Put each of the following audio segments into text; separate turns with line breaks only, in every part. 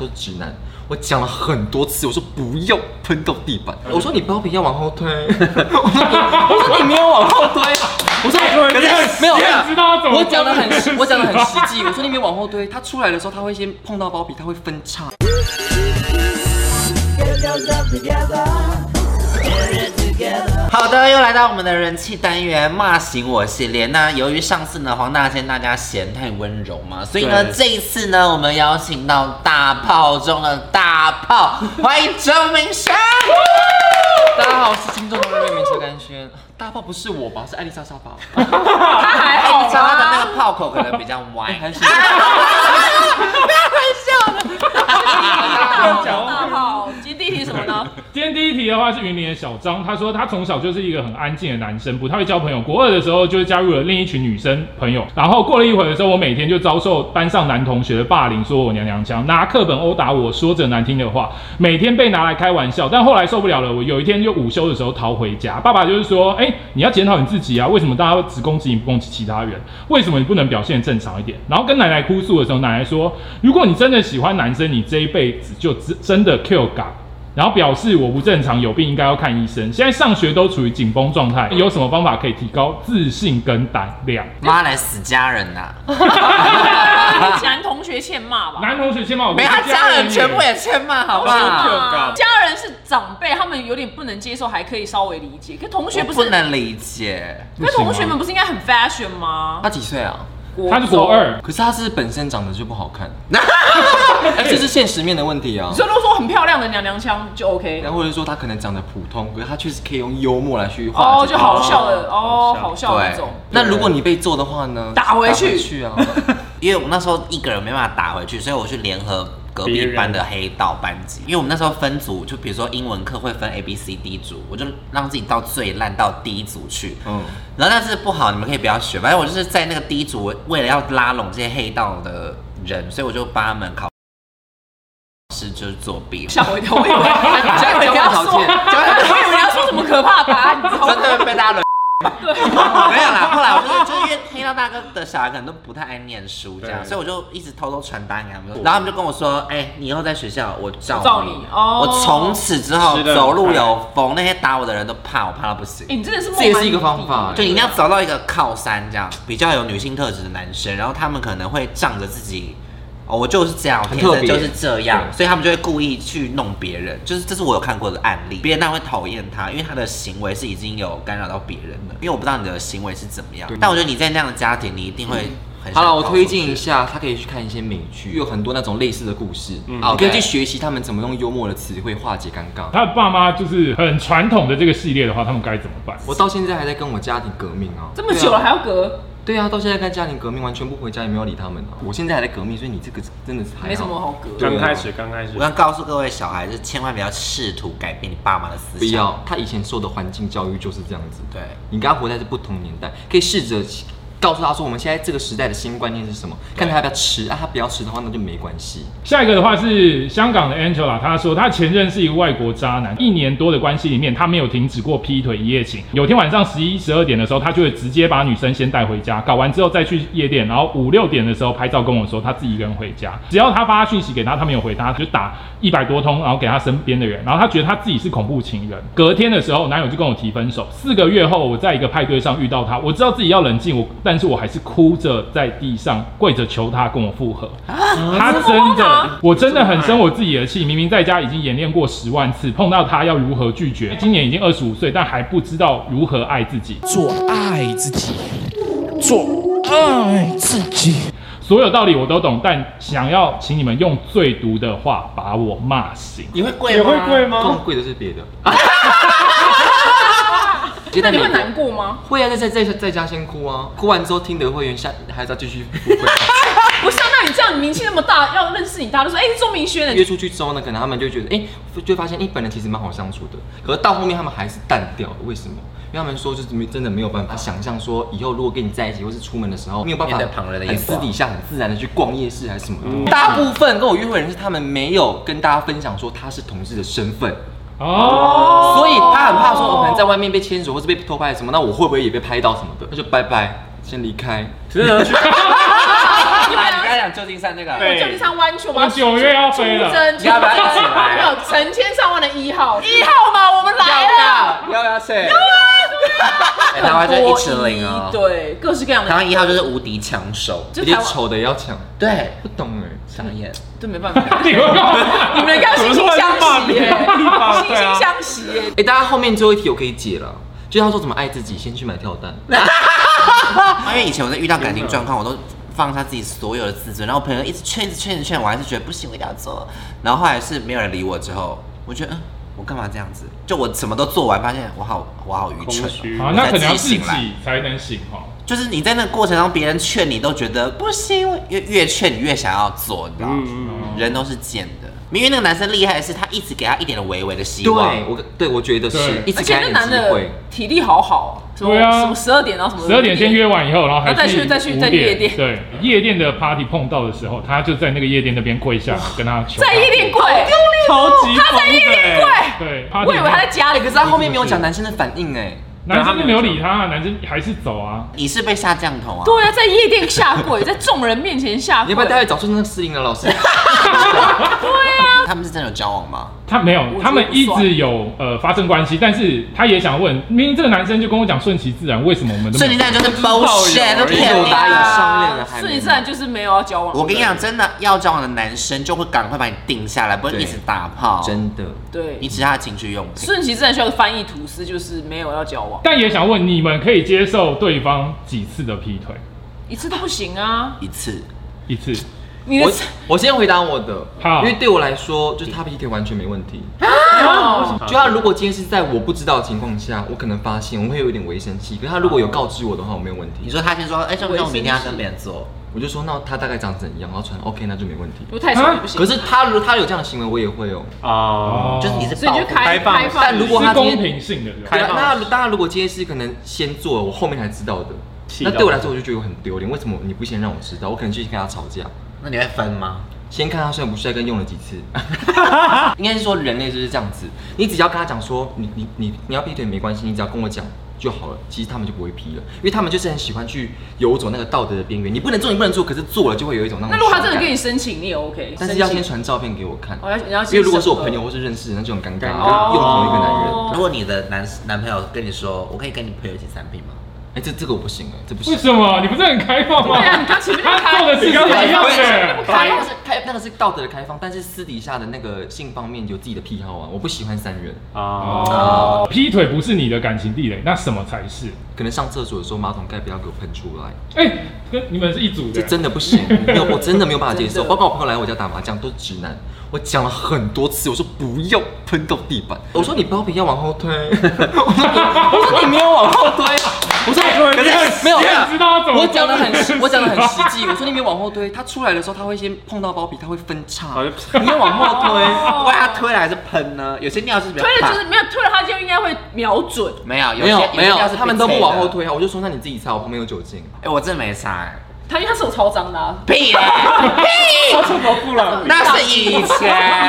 都是直男，我讲了很多次，我说不要喷到地板，我说你包皮要往后推， 我说你我说你没有往后推，啊我说
哎
可
你很
是没有，
你很知道他怎么
我讲的
做这件
很
事
我讲的很实际，我说你没有往后推，它出来的时候它会先碰到包皮，它会分叉。
好的，又来到我们的人气单元“骂醒我”系列。那由于上次呢，黄大仙大家嫌太温柔嘛，所以呢，
对
这一次呢，我们邀请到大炮中的大炮，欢迎周明轩。
大家好，我是金钟的瑞明车甘轩，大炮不是我吧，是艾丽莎莎吧？
他还
哎，
好
你讲话的
吧？
那个炮口可能比较
哎
歪。
还是
大炮，今天第一题什么呢？
今天第一题的话是云林的小张，他说他从小就是一个很安静的男生，不太会交朋友。国二的时候就加入了另一群女生朋友，然后过了一会儿的时候，我每天就遭受班上男同学的霸凌，说我娘娘腔，拿课本殴打我，说着难听的话，每天被拿来开玩笑。但后来受不了了，我有一天就午休的时候逃回家，爸爸就是说，哎、你要检讨你自己啊，为什么大家只攻击你不攻击其他人？为什么你不能表现正常一点？然后跟奶奶哭诉的时候，奶奶说，如果你真的喜欢男生，你这一辈子就真真的 Q 嘎。然后表示我不正常，有病应该要看医生。现在上学都处于紧绷状态，有什么方法可以提高自信跟胆量？
妈来死家人呐、
男同学欠骂吧。
男同学先帮我，
没他家人全部也欠骂，好不好？
啊家人是长辈，他们有点不能接受，还可以稍微理解。可同学
我
不
不
是，
能理解，
可同学们不是应该很 fashion 吗
他？几岁啊？
他是国二，
可是他是本身长得就不好 看，哎，这是现实面的问题啊。
所以如果说很漂亮的娘娘腔就 OK，
然后或者说他可能长得普通，可是他确实可以用幽默来去化
哦
解
就好笑的哦，好笑的那种。
那如果你被揍的话呢？
打回去
啊！
因为我们那时候一个人没办法打回去，所以我去联合隔壁班的黑道班级。因为我们那时候分组，就比如说英文课会分 A、B、C、D 组，我就让自己到最烂到 D 组去。
嗯，
然后但是不好，你们可以不要学。反正我就是在那个 D 组，我为了要拉拢这些黑道的人，所以我就帮他们考试就是作弊。
吓我一跳，我以为吓我一跳，说，我以为你要说什么可怕的答案，你知道吗
真？的被大家轮 没有啦，后来我就是就是因为黑道大哥的小孩可能都不太爱念书这样，
对
所以我就一直偷偷传单给他们，然后他们就跟我说：“哎、你以后在学校我罩
我
你。
罩你哦
我从此之后
吃得很
走路有风，那些打我的人都怕我，怕到不行。
哎，你真的是
这也是一个方法
就你一定要找到一个靠山，这样比较有女性特质的男生，然后他们可能会仗着自己，哦，我就是这样，我
很
天
特别
生就是这样，所以他们就会故意去弄别人，就是这是我有看过的案例，别人当然会讨厌他，因为他的行为是已经有干扰到别人了，因为我不知道你的行为是怎么样
对，
但我觉得你在那样的家庭，你一定会很想
好了，我
告诉
推荐一
自己，
下，他可以去看一些美剧，有很多那种类似的故事，你
好
可以
对
去学习他们怎么用幽默的词汇化解尴尬。
他的爸妈就是很传统的这个系列的话，他们该怎么办？
我到现在还在跟我家庭革命啊，
这么久了还要隔，
对啊？对啊，到现在跟家庭革命，完全不回家，也没有理他们啊。我现在还在革命，所以你这个真的是还好
没什么好隔。
啊
刚开始，刚开始
我，想告诉各位小孩，就是千万不要试图改变你爸妈的思
不
想，
要。他以前受的环境教育就是这样子的。
对。
你跟他活在这不同年代，可以试着告诉他说，我们现在这个时代的新观念是什么，看他要不要吃啊，他不要吃的话，那就没关系。
下一个的话是香港的 Angela，她说她前任是一个外国渣男，一年多的关系里面，她没有停止过劈腿一夜情。有天晚上十一、十二点的时候，他就会直接把女生先带回家，搞完之后再去夜店，然后五六点的时候拍照跟我说他自己一个人回家。只要他发讯息给他，他没有回他，就打一百多通，然后给他身边的人，然后他觉得他自己是恐怖情人。隔天的时候，男友就跟我提分手。四个月后，我在一个派对上遇到他，我知道自己要冷静，我但是我还是哭着在地上跪着求他跟我复合。他真的，我真的很生我自己的气。明明在家已经演练过十万次，碰到他要如何拒绝。今年已经二十五岁，但还不知道如何爱自己。
做爱自己，做爱自己。
所有道理我都懂，但想要请你们用最毒的话把我骂醒。
你会跪
也
吗？
会贵
通
吗？
常贵的是别 的。
那你会难过吗？
会啊，在在在在家先哭啊，哭完之后听得会员下还是要继续付费。
不是啊，那你这样你名气那么大，要认识你，大家都说，哎、是钟明轩 的，
约出去之后呢，可能他们就觉得，哎、就会发现，哎、本人其实蛮好相处的。可是到后面他们还是淡掉了，为什么？因为他们说就是没真的没有办法想象说以后如果跟你在一起，或是出门的时候没有办法
面对旁人的嗯眼
很
光
私底下很自然的去逛夜市还是什么的。大部分跟我约会的人是他们没有跟大家分享说他是同志的身份，
哦，
所以他很怕说哦我可能在外面被牵手或是被偷拍什么，那我会不
啊
会也被拍到什么的？那就拜拜，先离开。
真的要去
你们俩
讲旧金山那个，
对
旧金山湾区，我
我
们
们九月要飞了
真
你要不要一起来
有成千上万的一号，一号嘛，我们来啊了。
要不要啊去？ 哎台湾就一尺零哦，
对，各式各样
台
的，
湾一号就是无敌抢手，
就
有点
台湾
丑的也要抢，
对，
不懂哎，
傻眼。
这没办法，
你们干嘛
你们要惺惺相惜耶，惺
对啊
惺相惜耶。
哎，大家后面最后一题我可以解了，就是他说怎么爱自己，先去买跳蛋。
因为以前我在遇到感情状况，我都放下自己所有的自尊，然后我朋友一直劝、一直劝、一直劝，我还是觉得不行，我一定要做。然后后来是没有人理我之后，我觉得嗯，我干嘛这样子？就我什么都做完，发现我好我好愚蠢、
空虚
哦。
啊
我，
那
才
可能要
自
自
己醒来
己才能醒哈。
就是你在那个过程中，别人劝你都觉得不行，越越劝你越想要做，你知道吗？
嗯
人都是贱的。因为那个男生厉害的是，他一直给他一点的微微的希
对，
望。
我对我觉得是
对
一直给
而且
他
那
一
男
点机
的
会。
体力好好，什么
对啊
什么十二点然后什么
十二点先约完以后，然后还
然后再去再去
5
再去夜店
对，夜店的 party 碰到的时候，他就在那个夜店那边跪下，跟他求。
在夜店跪，
超级
他在
疯
夜
的
店
欸
跪，
对，party
我以为他在家里，可
可
是
是他后面没有讲男生的反应哎，
男生就没有理他，男生还是走啊。
你是被下降头啊？
对啊，在夜店下跪，在众人面前下
你要不，
跪
要待会找出那个适应的 老师？
他们是真的有交往吗？
他没有
觉，得
他们一
不
直
算
有呃发生关系，但是他也想问，明明这个男生就跟我讲顺其自然，为什么我们都没有
所以你那就是 bullshit，都
哎
骗
有
你
打
啊
野上恋了还没
顺其自然就是没有要交往。
我跟你讲，真的要交往的男生就会赶快把你定下来，不会
对
一直打炮。
真的，
对
你，只是他的情趣用品。
顺其自然需要翻译吐司，就是没有要交往，
但也想问，你们可以接受对方几次的劈腿？
一次都不行啊！
一次，
一次？
你的
我我先回答我的，
好
因为对我来说，就是他劈腿完全没问题。啊
哦
就他如果今天是在我不知道的情况下，我可能发现我会有点微生气，可是他如果有告知我的话，我没有问
你
题。
说他先说，哎，这种我明天要跟别人做，
我就说那他大概长怎样，然后传 OK，那就没问题。
不太爽不
啊
行。
可是他如果他有这样的行为，我也会哦。
啊，
就是你是
所以
报
你就
复
开
开放
开放，
但如果
是
他今
公
天
平性的，对吧
对啊，
放
那当然如果今天是可能先做，我后面才知道的，
气到
那对我来说我就觉得我很丢脸。为什么你不先让我知道？我可能去跟他吵架，
那你会分吗？
先看他帅不帅，跟用了几次。 应该是说人类就是这样子，你只要跟他讲说你你你你要劈腿没关系，你只要跟我讲就好了，其实他们就不会劈了，因为他们就是很喜欢去游走那个道德的边缘。你不能做，你不能做，可是做了就会有一种那种。
那如果他真的跟你，申请，你也 OK，
但是要
申
先
请
传照片给我看，
哦要你要先
因为如果是我
审核
朋友或是认识的，那就很尴尬，
尴
跟用同一个男人。
哦
如果你的男男朋友跟你说，我可以跟你朋友一起散步吗？
哎，这这个我不行哎，这不行
为。什么？你不是很开放吗
对 啊你刚前面就开啊
他做的事情一样的，
开那个是开那个是道德的开放，但是私底下的那个性方面有自己的癖好啊，我不喜欢三人，
啊，
哦，劈腿不是你的感情地雷，那什么才是？
可能上厕所的时候马桶盖不要给我喷出来，
哎、跟你们是一组
这
的，
真的不 行，没有我真的没有办法接受。
真的
包括我朋友来我家打麻将都是直男，我讲了很多次，我说不要喷到地板，我说你包皮要往后推， 我说你我说你没有往后推，啊 我说
哎
可是没有没有
你知道他怎么
我讲的很我讲的很实际，我说你没有往后推，他出来的时候他会先碰到包皮，他会分叉，你要往后推。
不管他推了还是喷呢？有些尿是比较
哦推了
大
就是没有推了，他就应该会瞄准。
没有，有
没有
些
没有
些尿是，
他们都不往后
被
推啊！我就说那你自己擦，我旁边有酒精。
推的。哎，我真的没擦，哎
他因为他手超脏的、啊，
屁 嘞，
好丑头不了，
那是以前，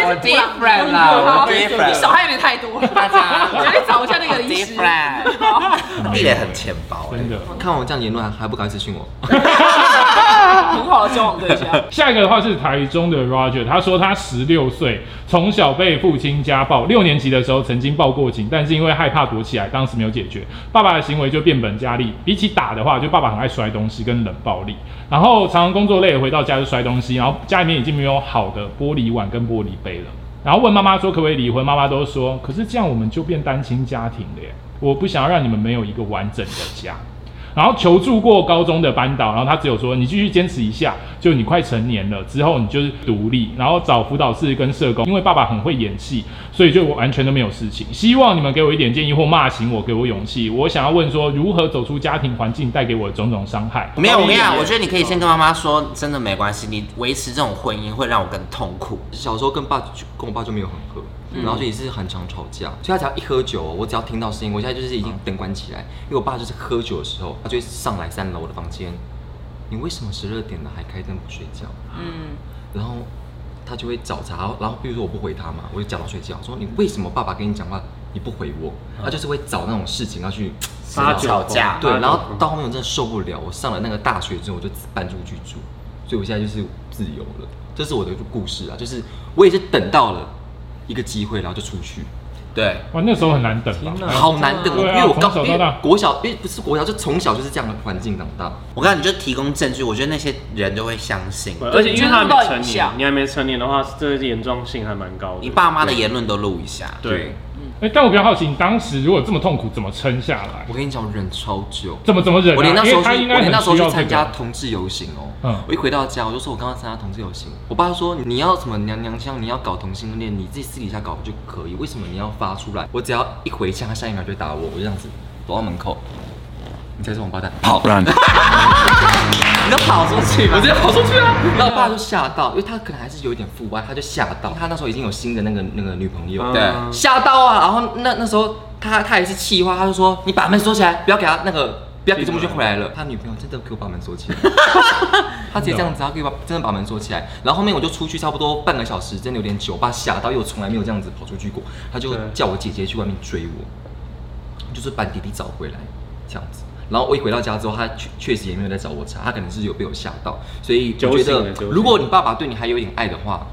我 different 了，我
你手
different。
还有点太多。
大家
我去找一下那个医师。
different，地雷很浅薄，哎
哎真的。
看我这样言论，还不赶快私信我？
很好的交往对象。
下一个的话是台中的 Roger，他说他十六岁，从小被父亲家暴，六年级的时候曾经报过警，但是因为害怕躲起来，当时没有解决，爸爸的行为就变本加厉。比起打的话，就爸爸很爱摔东西跟冷暴力，然后常常工作累了回到家就摔东西，然后家里面已经没有好的玻璃碗跟玻璃杯了。然后问妈妈说可不可以离婚，妈妈都说，可是这样我们就变单亲家庭了耶，我不想要让你们没有一个完整的家。然后求助过高中的班导，然后他只有说你继续坚持一下，就你快成年了之后你就是独立，然后找辅导室跟社工，因为爸爸很会演戏，所以就完全都没有事情。希望你们给我一点建议或骂醒我，给我勇气。我想要问说，如何走出家庭环境带给我的种种伤害？
没有，我跟你讲，我觉得你可以先跟妈妈说，真的没关系，你维持这种婚姻会让我更痛苦。
小时候跟爸就跟我爸就没有很合，
嗯
然后就也是很常吵架。所以他只要一喝酒，我只要听到声音，我现在就是已经
嗯
灯关起来，因为我爸就是喝酒的时候，他就会上来三楼的房间。你为什么十二点了还开灯不睡觉？
嗯，
然后他就会找茬，然后比如说我不回他嘛，我就假装睡觉，说你为什么爸爸跟你讲话你不回我？他就是会找那种事情要去
八九
吵架
对，然后
八九
到后面我真的受不了，我上了那个大学之后，我就搬出去住，所以我现在就是自由了。这是我的故事啊，就是我也是等到了一个机会，然后就出去，
对，
哇，那时候很难等吧？
好难等哦，
对
因
啊
为我刚
从小
因
到
为
大
国小，因为不是国小，就从小就是这样的环境长大。
我告诉你，就提供证据，我觉得那些人就会相信。
对
而且因为他还
就是
没
乱
成
想
年，你还没成年的话，这个严重性还蛮高的。
你爸妈的言论都录一下，
对，
哎，但我比较好奇，你当时如果这么痛苦，怎么撑下来？
我跟你讲，我忍超久，
怎么怎么忍啊？
我连那时
因
候
为
去，
他应该
我连那
很
时候去
需要这
参加
个。
同志游行哦、
嗯
我一回到家，我就说我刚刚参加同志游行，我爸说你要什么娘娘腔，你要搞同性恋，你自己私底下搞就可以，为什么你要发出来？我只要一回家，他下一秒就打我，我就这样子躲到门口。你才是王八蛋！跑，
不然
你要跑出去我直接跑出去啊！然后我爸就吓到，因为他可能还是有一点父爱，他就吓到。他那时候已经有新的那个那个女朋友，
对
嗯
吓到啊！然后那那时候他他也是气话，他就说你把门锁起来，不要给他那个，不要给这么就回来了。他女朋友真的给我把门锁起来，他直接这样子，他给我把真的把门锁起来。然后后面我就出去差不多半个小时，真的有点久，我爸吓到，因为我从来没有这样子跑出去过。他就
对
叫我姐姐去外面追我，就是把弟弟找回来这样子。然后我一回到家之后，他确确实也没有在找我查，他可能是有被我吓到，所以我觉
揪心
得
了揪心
如果你爸爸对你还有一点爱的话，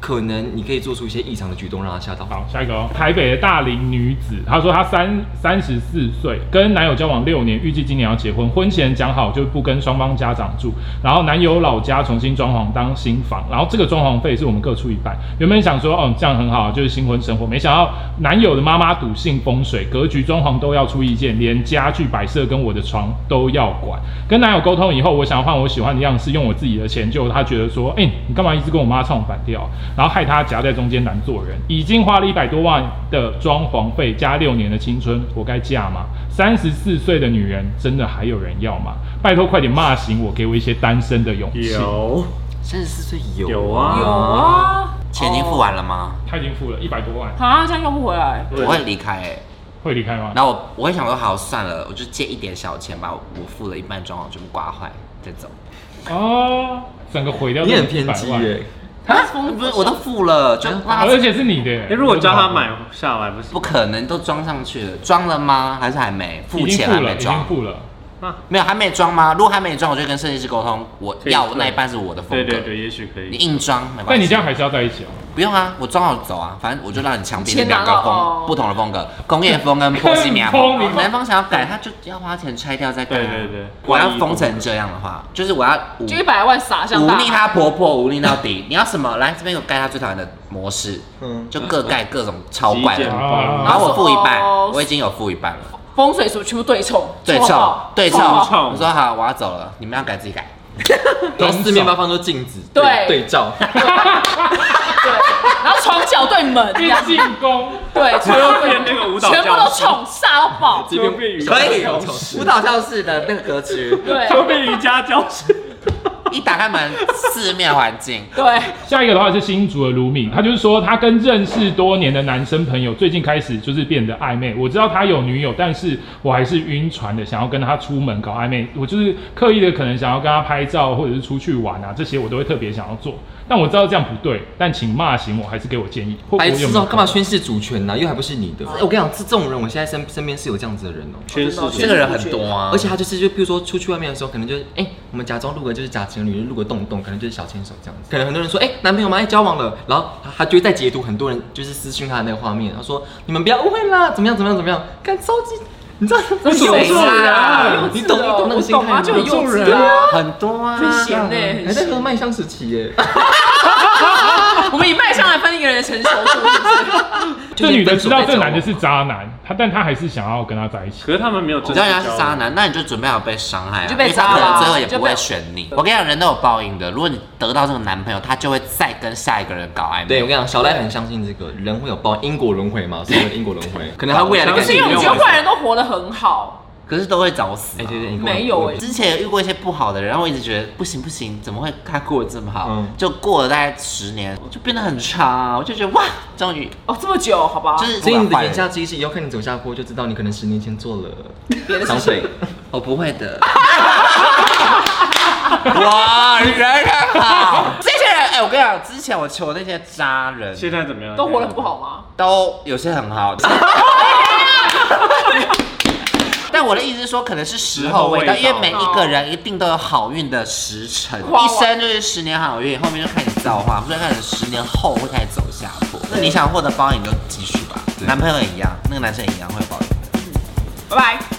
可能你可以做出一些异常的举动让他吓到。
好，下一个哦，台北的大龄女子，她说她三三十四岁，跟男友交往六年，预计今年要结婚。婚前讲好就不跟双方家长住，然后男友老家重新装潢当新房，然后这个装潢费是我们各出一半。原本想说，哦，这样很好，就是新婚生活，没想到男友的妈妈笃信风水，格局装潢都要出意见，连家具摆设跟我的床都要管。跟男友沟通以后，我想换我喜欢的样式，用我自己的钱。就他觉得说，哎、你干嘛一直跟我妈唱反调，然后害她夹在中间难做人。已经花了一百多万的装潢费，加六年的青春，我该嫁吗？三十四岁的女人，真的还有人要吗？拜托，快点骂醒我，给我一些单身的勇气。
有
三十四岁有
有，啊
有，啊，
钱已经付完了吗？
他已经付了一百多万，
啊，这样用不回来。
对
我会离开欸
会离开吗？
然后我我会想说，好算了，我就借一点小钱吧，我付了一半装潢全部刮坏再走。
哦，整个毁掉这
你
100万。
很偏激耶、
啊，不是我都付了，就
啊
拉
而且是你的耶。
哎，如果叫他买下来不行
不可能都装上去了，装了吗？还是还没付
已经
钱
付
还
了，
没
已经
装？
付了。
没有还没装吗？如果还没装，我就跟设计师沟通，我
可以
要
退
那一半是我的风
对
格。
对对，也许可
你
以。
硬装没关系。
但你这样还是要在一起哦。
不用啊，我装好走啊，反正我就让你墙壁的
钱拿
两个
到
风、
哦
不同的风格，工业风跟波西米亚
很疯
风
你。
南方想要改，他就要花钱拆掉再改、啊。
对对对
我要封成这样的话，就是我要忤
就一百万撒向
忤
大海
逆她婆婆，忤逆到底。你要什么？来这边有盖她最讨厌的模式，
嗯
就各盖各种超怪
极
的
简。
啊
风
然后我付一半，
哦
我已经有付一半了，
风水什么全部对冲，
对
冲
冲
好
对
冲
冲。
好
冲
我说好，我要走了，你们要改自己改。
然后四面八方都镜子，
对
对照，
对，然后床角对 门这
一
样，
进攻，
对，
最后
对
变那个舞蹈
全部都
教室，
冲煞到爆，
这
最后变瑜
可以
教室，
舞蹈教室的那个格局，
对
最后变瑜伽教室。
一打开门，四面环境。
对，
下一个的话是新竹的卢敏，他就是说他跟认识多年的男生朋友最近开始就是变得暧昧。我知道他有女友，但是我还是晕船的，想要跟他出门搞暧昧。我就是刻意的可能想要跟他拍照或者是出去玩啊，这些我都会特别想要 做。但我知道这样不对，但请骂醒我，还是给我建议。或
白
我
痴
有没
哦
有，
干嘛宣示主权呢、又还不是你的。哎我跟你讲，这这种人，我现在身身边是有这样子的人哦、
全世
这个人很多啊，
而且他就是就比如说出去外面的时候，可能就是哎、我们假装录个就是假情侣，录个洞洞，可能就是小牵手这样子。可能很多人说哎、男朋友吗？哎交往了，然后他他就会在截图，很多人就是私讯他的那个画面，他说你们不要误会啦，怎么样怎么样怎么样，干超级，你知道这
这种人啊
你懂你懂那个心态吗？
我懂啊就很幼稚啊
对啊，哎
很多啊，
很闲呢、
还
很
在
闲
喝麦香时期耶。
我们以卖相来分一个人的成熟度，是不是
这女的知道这男的
就是分手再交往
是渣男，他但他还是想要跟他在一起。
可是他们没有真
你
实
知道
交
人家是渣
往，
男，那你就准备好被伤害、啊，
你就被
因为他
渣
可
了
能
啊
最后也不
你就被
会选你。我跟你讲，人都有报应的。如果你得到这个男朋友，他就会再跟下一个人搞暧昧。
对我跟你讲，小赖很相信这个人会有报因果轮回嘛，所谓的因果轮回，可能他未来的
不
感
是
情
因为我觉
有
得坏人都活得很好，
可是都会找死、啊
哎，对对，你跟我
没有哎、
之前有遇过一些不好的人，然后我一直觉得不行不行，怎么会他过得这么好？
嗯
就过了大概十年，我就变得很差、我就觉得哇，终于
哦，这么久，好吧，
就是
所以你的
坏
言
人
下之意是，以后看你走下坡就知道你可能十年前做了
别的事
伤
情
水。
我哦不会的。哇，人很好，这些人哎、我跟你讲，之前我求那些渣人
现在怎么样？
都活 得很不好吗？
都有些很好，但我的意思是说，可能是时候未到，因为每一个人一定都有好运的时辰，
哇
一生就是十年好运，后面就看你造化，所以看你十年后会开始走下坡。那你想获得报应，你就继续吧。男朋友也一样，那个男生也一样会有报
拜
应。
拜。